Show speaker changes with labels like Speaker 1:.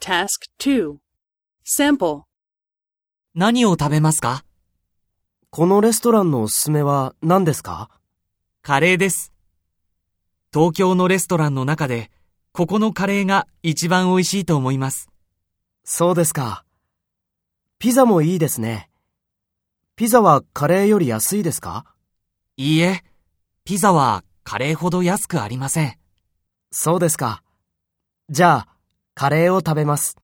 Speaker 1: Task 2. Sample.
Speaker 2: 何を食べますか
Speaker 3: このレストランのおすすめは何ですか
Speaker 2: カレーです。東京のレストランの中で、ここのカレーが一番美味しいと思います。
Speaker 3: そうですか。ピザもいいですね。ピザはカレーより安いですか
Speaker 2: いいえ、ピザはカレーほど安くありません。
Speaker 3: そうですか。じゃあ、カレーを食べます。